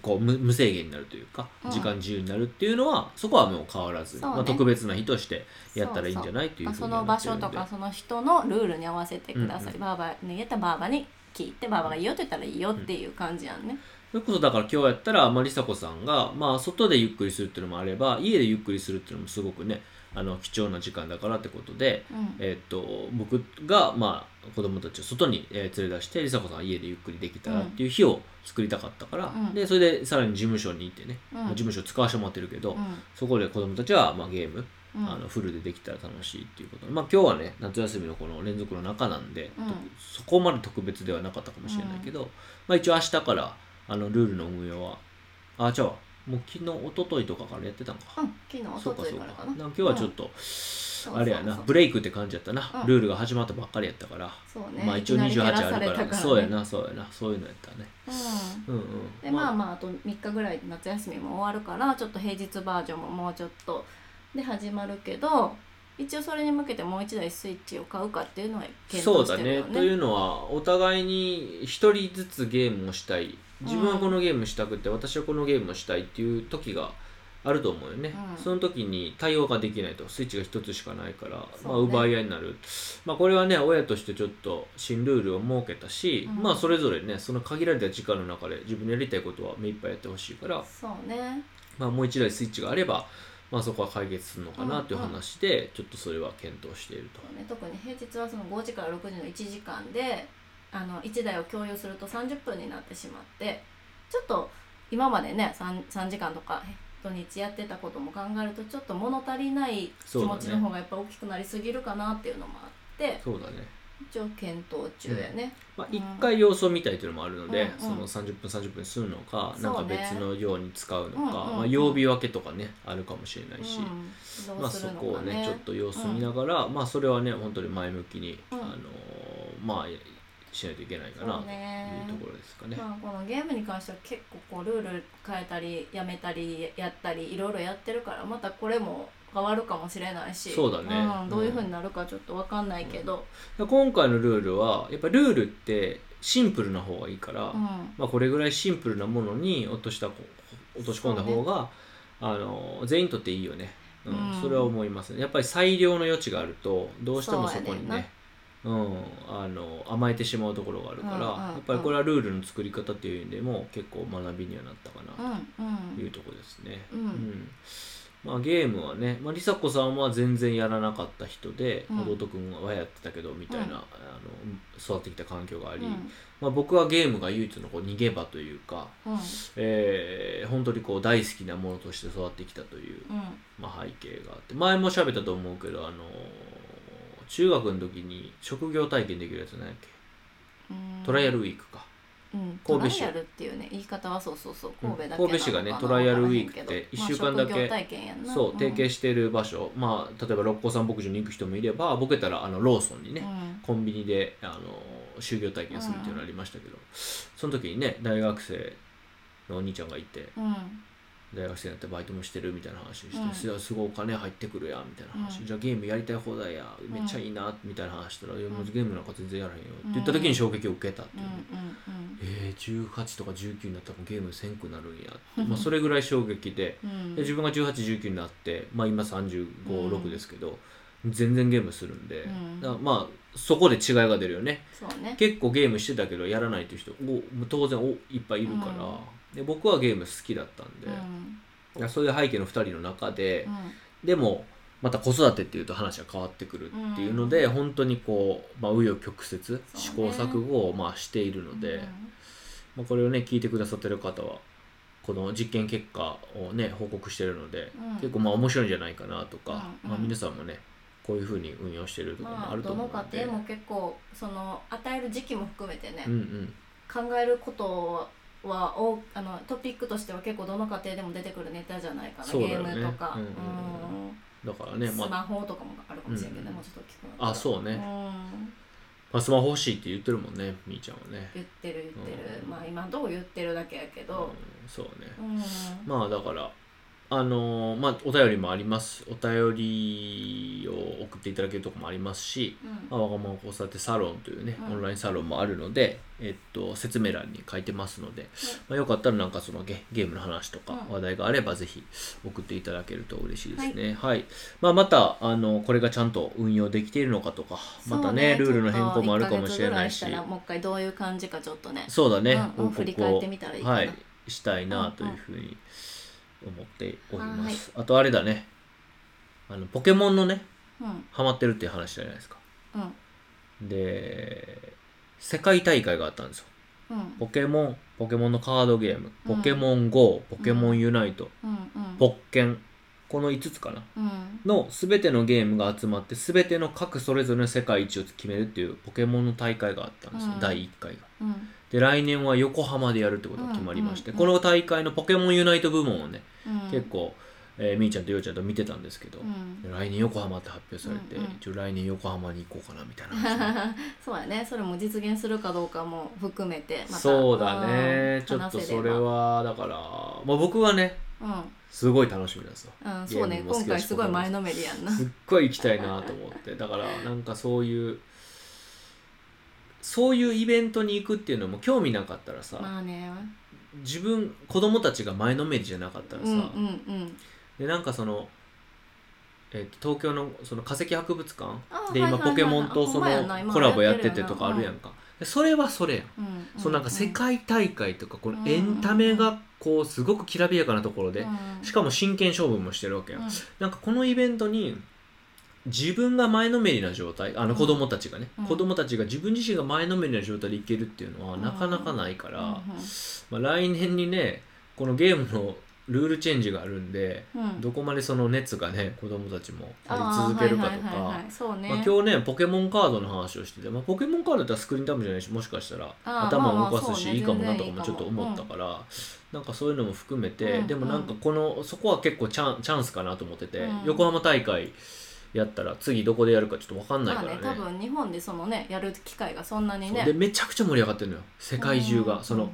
S1: こう無無制限になるというか
S2: うん
S1: 時間自由になるっていうのはそこはもう変わらず、
S2: そうね
S1: まあ、特別な日としてやったらいいんじゃないという
S2: まあ
S1: ふう
S2: そ
S1: に
S2: の
S1: な
S2: 場
S1: ってる
S2: 所
S1: んで
S2: とかその人のルールに合わせてくださ
S1: う
S2: い、
S1: んう
S2: バーバーに言ったらバーバーに聞いてバーバーがいいよって言ったらいいよっていう感じやんね、
S1: それこそだから今日やったら、まあ、梨紗子さんが、まあ、外でゆっくりするっていうのもあれば家でゆっくりするっていうのもすごくねあの貴重な時間だからってことで、
S2: うん
S1: えっと僕が、まあ、子供たちを外にえー連れ出して梨紗子さんは家でゆっくりできたらっていう日を作りたかったから、
S2: うん
S1: でそれでさらに事務所に行ってね、
S2: うん
S1: まあ事務所使わせてもらってるけど、
S2: うん
S1: そこで子供たちは、まあ、ゲーム、
S2: うん
S1: あのフルでできたら楽しいっていうことまあ今日はね夏休みのこの連続の中なんで、
S2: うん
S1: とそこまで特別ではなかったかもしれないけど、まあ一応明日からあのルールの運用はあじゃあもう昨日一昨日とかからやってたのか、
S2: うん昨日お
S1: そう
S2: と
S1: か
S2: と
S1: そう
S2: い
S1: か
S2: からか
S1: な
S2: なん
S1: か今日はちょっ
S2: うん
S1: と、
S2: う
S1: あれやな
S2: そうそうそう
S1: ブレイクって感じやったな、
S2: うん
S1: ルールが始まったばっかりやったから、
S2: そうね
S1: まあ一応
S2: いきなり
S1: 28あるか
S2: 減
S1: ら
S2: された
S1: そうやなそうやなそういうのやったね
S2: うん
S1: うんうん
S2: でまあまああと3日ぐらいで夏休みも終わるからちょっと平日バージョンももうちょっとで始まるけど一応それに向けてもう一台スイッチを買うかっていうのは検
S1: そう
S2: 討
S1: だ
S2: してる
S1: ね
S2: よね
S1: というのはお互いに一人ずつゲームをしたい自分はこのゲームしたくて、私はこのゲームをしたいっていう時があると思うよね、
S2: うん
S1: その時に対応ができないとスイッチが一つしかないから、まあ、
S2: そうね
S1: 奪い合いになる、まあ、これはね親としてちょっと新ルールを設けたし、
S2: うん
S1: まあそれぞれねその限られた時間の中で自分のやりたいことは目いっぱいやってほしいから、
S2: そうね
S1: まあ、もう一台スイッチがあれば、まあ、そこは解決するのかなっていう話で、ちょっとそれは検討していると。
S2: そうね特に平日はその5時から6時の1時間であの1台を共有すると30分になってしまってちょっと今までね 3, 3時間とか土日やってたことも考えるとちょっと物足りない気
S1: そうだ
S2: 持
S1: ね
S2: ちの方がやっぱ大きくなりすぎるかなっていうのもあって、
S1: そうだね
S2: 一応検討中やね、
S1: まあ、
S2: うん
S1: 一回様子を見たいというのもあるので、
S2: うん
S1: その30分30分にするのか、
S2: そうね
S1: なんか別のように使うのか、
S2: うんうんうん
S1: まあ、曜日分けとかねあるかもしれな
S2: うん
S1: いし、
S2: ど
S1: ま
S2: う
S1: あ、
S2: す
S1: そ
S2: るのかね,、
S1: こをねちょっと様子見ながら、まあ、それはね本当に前向きに、
S2: うん
S1: あのーまあしないといけないかな
S2: そう
S1: とい
S2: ね
S1: うところですかね。
S2: まあ、このゲームに関しては結構こうルール変えたりやめたりやったりいろいろやってるからまたこれも変わるかもしれないし
S1: そうだね
S2: うん、どういうふうになるかちょっと分かんないけど、
S1: 今回のルールはやっぱルールってシンプルな方がいいから、
S2: うん
S1: まあ、これぐらいシンプルなものに落としたこ落とし込んだ方が、あの全員にとっていいよね、うん
S2: うん
S1: それは思いますねやっぱり裁量の余地があるとどうしてもそこに
S2: そうや
S1: ね
S2: ね
S1: うん、あの甘えてしまうところがあるから、
S2: うんうんうん
S1: やっぱりこれはルールの作り方っていう意味でも結構学びにはなったか
S2: う
S1: なんというところですね。
S2: うん
S1: まあ、ゲームはね、まあ、梨紗子さんは全然やらなかった人で、
S2: うん
S1: 弟くんはやってたけどみたいな、
S2: うん
S1: あの育ってきた環境があり、
S2: うん
S1: まあ、僕はゲームが唯一のこう逃げ場というか、
S2: うん
S1: えー本当にこう大好きなものとして育ってきたという
S2: うん
S1: まあ、背景があって前も喋ったと思うけどあの中学の時に職業体験できるやつなんやっけ
S2: うん
S1: トライアルウィークか、
S2: うん
S1: 神
S2: トラ
S1: 戸市
S2: イアルっていうね言い方はそうそうそう神戸だけなのかな
S1: 神戸市がねトライアルウィークって
S2: わからへんけど
S1: 一週間だけ
S2: まあ職業体験やんな
S1: そう提携
S2: し
S1: してる場所、まあ例えば六甲山牧場に行く人もいればボケたらあのローソンにね、コンビニであの就業体験するっていうのありましたけど、その時にね大学生のお兄ちゃんがいて
S2: うんうん
S1: 大学生になってバイトもしてるみたいな話をして、
S2: うん
S1: すごいすごいお金入ってくるやんみたいな話、
S2: うん
S1: じゃあゲームやりたい放題や
S2: ん
S1: めっちゃいいなみたいな話したら、いやもううんゲームなんか全然やらへんよって言った時に衝撃を受けたって
S2: う
S1: いう、
S2: ん
S1: ね
S2: うん
S1: えー、18とか19になったらゲームせんくなるんや
S2: う
S1: って、
S2: ん
S1: まあ、それぐらい衝撃で
S2: うんうん
S1: で自分が1819になって、まあ、今356ですけど、全然ゲームするんで、
S2: うん
S1: だからまあそこで違いが出るよね
S2: そうね
S1: 結構ゲームしてたけどやらないという人おもう当然おいっぱいいるから、で僕はゲーム好きだったんで。
S2: うん
S1: いやそういう背景の2人の中で
S2: う、ん
S1: でもまた子育てっていうと話が変わってくるっていうので、本当にこう、まあ、紆余曲折、試
S2: そう
S1: 行
S2: ね
S1: 錯誤をまあしているので、まあ、これをね聞いてくださってる方はこの実験結果をね報告してるので、
S2: うん
S1: 結構まあ面白いんじゃないかなとか、
S2: うん
S1: まあ、
S2: うん
S1: 皆さんもねこういうふうに運用してるとか
S2: ま
S1: も
S2: あ
S1: あると
S2: ど
S1: 思
S2: の
S1: うので、
S2: 家庭も結構その与える時期も含めてね
S1: うんうん
S2: 考えることはおあのトピックとしては結構どの家庭でも出てくるネタじゃないかな、
S1: そう
S2: ゲ
S1: だよね
S2: ームとか、
S1: うんうんうんだからね、
S2: うんス
S1: まあ、
S2: マホとかもあるかもしれんけど、
S1: うん
S2: もうちょっと聞くの
S1: あそうね、
S2: う
S1: ま
S2: ん、
S1: あ、スマホ欲しいって言ってるもんねみーちゃんはね、
S2: 言ってる言ってる、
S1: うん
S2: まあ今のとこ言ってるだけやけど、
S1: うんそうね、
S2: うん
S1: まあだからあのーまあお便りもありますお便りを送っていただけるとこもありますし、
S2: うん
S1: まあ、わがまま交差点サロンというね、
S2: う
S1: オ
S2: ん
S1: ンラインサロンもあるので、えっと、説明欄に書いてますので、まあ、よかったらなんかそのゲゲームの話とか
S2: うん
S1: 話題があればぜひ送っていただけると嬉しいですね、はいまあ、またあのこれがちゃんと運用できているのかとかまたね
S2: そう
S1: ルールの変更もあるかもしれない
S2: ち
S1: し
S2: ょっと一ヶ月ぐらしたらもう一回どういう感じかちょっとね
S1: そうだね、
S2: うんうん
S1: 報告を
S2: 振り返ってみたらいいかな
S1: はい、したいなというふうに思っております、あとあれだねあのポケモンのね
S2: うん
S1: ハマってるっていう話じゃないですか
S2: うん
S1: で世界大会があったんですよ
S2: うん
S1: ポケモンポケモンのカードゲームポケモン GO、ポケモンユナイト、
S2: うんうん
S1: ポッケンこの5つかな
S2: うん
S1: の全てのゲームが集まって全ての各それぞれの世界一を決めるっていうポケモンの大会があったんですよ、
S2: うん
S1: 第1回が
S2: うん
S1: で来年は横浜でやるってことが決まりまして、
S2: うんうんうん
S1: この大会のポケモンユナイト部門をね、
S2: うん
S1: 結構、えーみーちゃんとようちゃんと見てたんですけど、
S2: うん
S1: で来年横浜って発表されて、
S2: うんうん
S1: 一応来年横浜に行こうかなみたいな 話
S2: そうやねそれも実現するかどうかも含めてまた
S1: そうだね
S2: ん
S1: ちょっと
S2: 話せ
S1: そ
S2: ば
S1: れはだから、まあ、僕はねすごい楽しみなんですよ
S2: うん、うん、そう
S1: ゲ
S2: ね
S1: ームも好
S2: 今
S1: きだ
S2: 回
S1: し
S2: すごい前のめりやんな
S1: すっごい行きたいなと思ってだからなんかそういうそういうイベントに行くっていうのも興味なかったらさ、
S2: まあね
S1: 自分子供たちが前のめりじゃなかったら
S2: う
S1: さ、
S2: んうんうん
S1: でなんかその、えーと東京のその化石博物
S2: あ
S1: 館
S2: ー
S1: で
S2: はい
S1: 今
S2: はいはい
S1: ポケモンとそ
S2: ほんまやな
S1: の
S2: 今
S1: コラボやって
S2: やっ
S1: て
S2: てるよな
S1: とかあるやんか、でそれはそれやん、
S2: うんうん
S1: そのなんか世界大会とかこ
S2: うん
S1: のエンタメがこうすごくきらびやかなところで、
S2: うん
S1: しかも真剣勝負もしてるわけやん、
S2: うん
S1: なんかこのイベントに自分が前のめりな状態あの子供たちがね、
S2: うん
S1: 子供たちが自分自身が前のめりな状態でいけるっていうのはなかなかないから、まあ、来年にねこのゲームのルールチェンジがあるんで、
S2: うんうん
S1: どこまでその熱がね子供たちもあり
S2: あ
S1: 続
S2: ー
S1: けるかと
S2: はいはいはい
S1: か
S2: はいそうね、
S1: まあ、今日ねポケモンカードの話をしてて、まあ、ポケモンカードだったらスクリーンタイムじゃないしもしかしたら
S2: あー
S1: 頭
S2: まあ
S1: を
S2: ま
S1: 動
S2: あ
S1: かす
S2: そう
S1: し
S2: ね
S1: いいかもな
S2: 全
S1: と
S2: 然い
S1: か
S2: い
S1: もちょっと
S2: かも
S1: 思ったから、なんかそういうのも含めて、
S2: うん
S1: でもなんかこのそこは結構チャンチャンスかなと思ってて、
S2: うん
S1: 横浜大会やったら次どこでやるかちょっと分かんない
S2: ま
S1: か
S2: あ
S1: ら
S2: ね
S1: ね。
S2: 多分日本でそのねやる機会がそんなに
S1: そう
S2: ね
S1: でめちゃくちゃ盛り上がってるのよ世界中
S2: う
S1: が
S2: ん
S1: そ
S2: うん
S1: の
S2: うん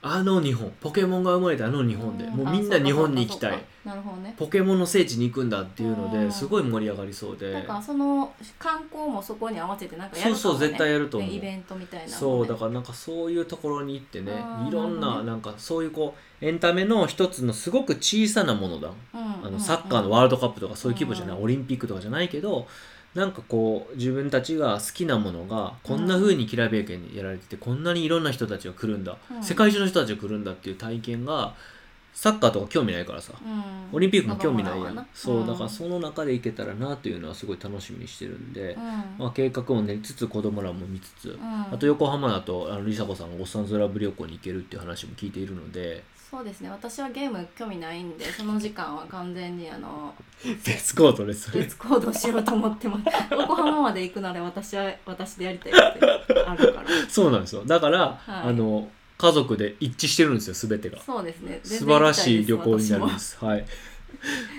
S1: あの日本ポケモンが生まれたあの日本で
S2: ん
S1: もうみんな
S2: あ
S1: 日本に行きた
S2: そう
S1: い
S2: かそうかなるほどね
S1: ポケモンの聖地に行くんだっていうの
S2: う
S1: で
S2: ん
S1: すごい盛り上がりそうで
S2: なんかその観光もそこに合わせてなんかやるかも、
S1: そう
S2: ね、
S1: そう絶対やると思う
S2: ねイベントみたいなのね、
S1: そうだからなんかそういうところに行ってね
S2: あー
S1: いろん
S2: なる
S1: な
S2: ほどね
S1: なんかそういうこうエンタメの一つのすごく小さなものだ
S2: うんうんうん、
S1: あのサッカーのワールドカップとかそういう規模じゃない
S2: うん
S1: オリンピックとかじゃないけどなんかこう自分たちが好きなものがこんな風にきらびやかにやられてて、こんなにいろんな人たちが来るんだ、
S2: うん
S1: 世界中の人たちが来るんだっていう体験がサッカーとか興味ないからさ、
S2: うん
S1: オリンピックも興味ないや
S2: 子供らは
S1: ん
S2: な
S1: そうだ
S2: ん
S1: からその中でいけたらなというのはすごい楽しみにしてるんで、
S2: うん
S1: まあ、計画を練りつつ子供らも見つつ、
S2: うん
S1: あと横浜だとあの梨紗子さんがゴッサンズラブ旅行に行けるっていう話も聞いているので
S2: そうですね私はゲーム興味ないんでその時間は完全にあの
S1: 別行動ですそれ
S2: 別行動しようと思っ てます横浜まで行くなら私は私でやりたいってあるから
S1: そうなんですよだから、
S2: はい
S1: あの家族で一致してるんですよ全てが
S2: そうですね
S1: 素晴らしい旅
S2: 全然
S1: 行
S2: 行き
S1: に
S2: た
S1: ないり
S2: で
S1: ますすはい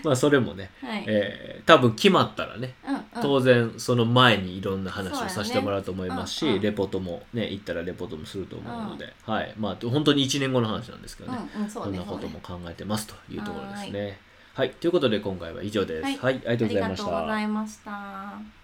S1: まあそれもね、
S2: 私もはい、
S1: えー多分決まったらね
S2: うんうん
S1: 当然その前にいろんな話
S2: そう
S1: を
S2: やね
S1: させてもらうと思いますし、
S2: うんうん
S1: レポートもね行ったらレポートもすると思うので、はいまあ本当に1年後の話なんですけどね、
S2: うんうんそ
S1: こ
S2: うんね
S1: なことも考えてますというところです
S2: は
S1: ね。はい、ということで今回は以上です。
S2: は
S1: はいい、あり
S2: そ
S1: がとう
S2: うねあり
S1: ござい
S2: が
S1: ま
S2: と
S1: し
S2: うご
S1: た
S2: ざ。いました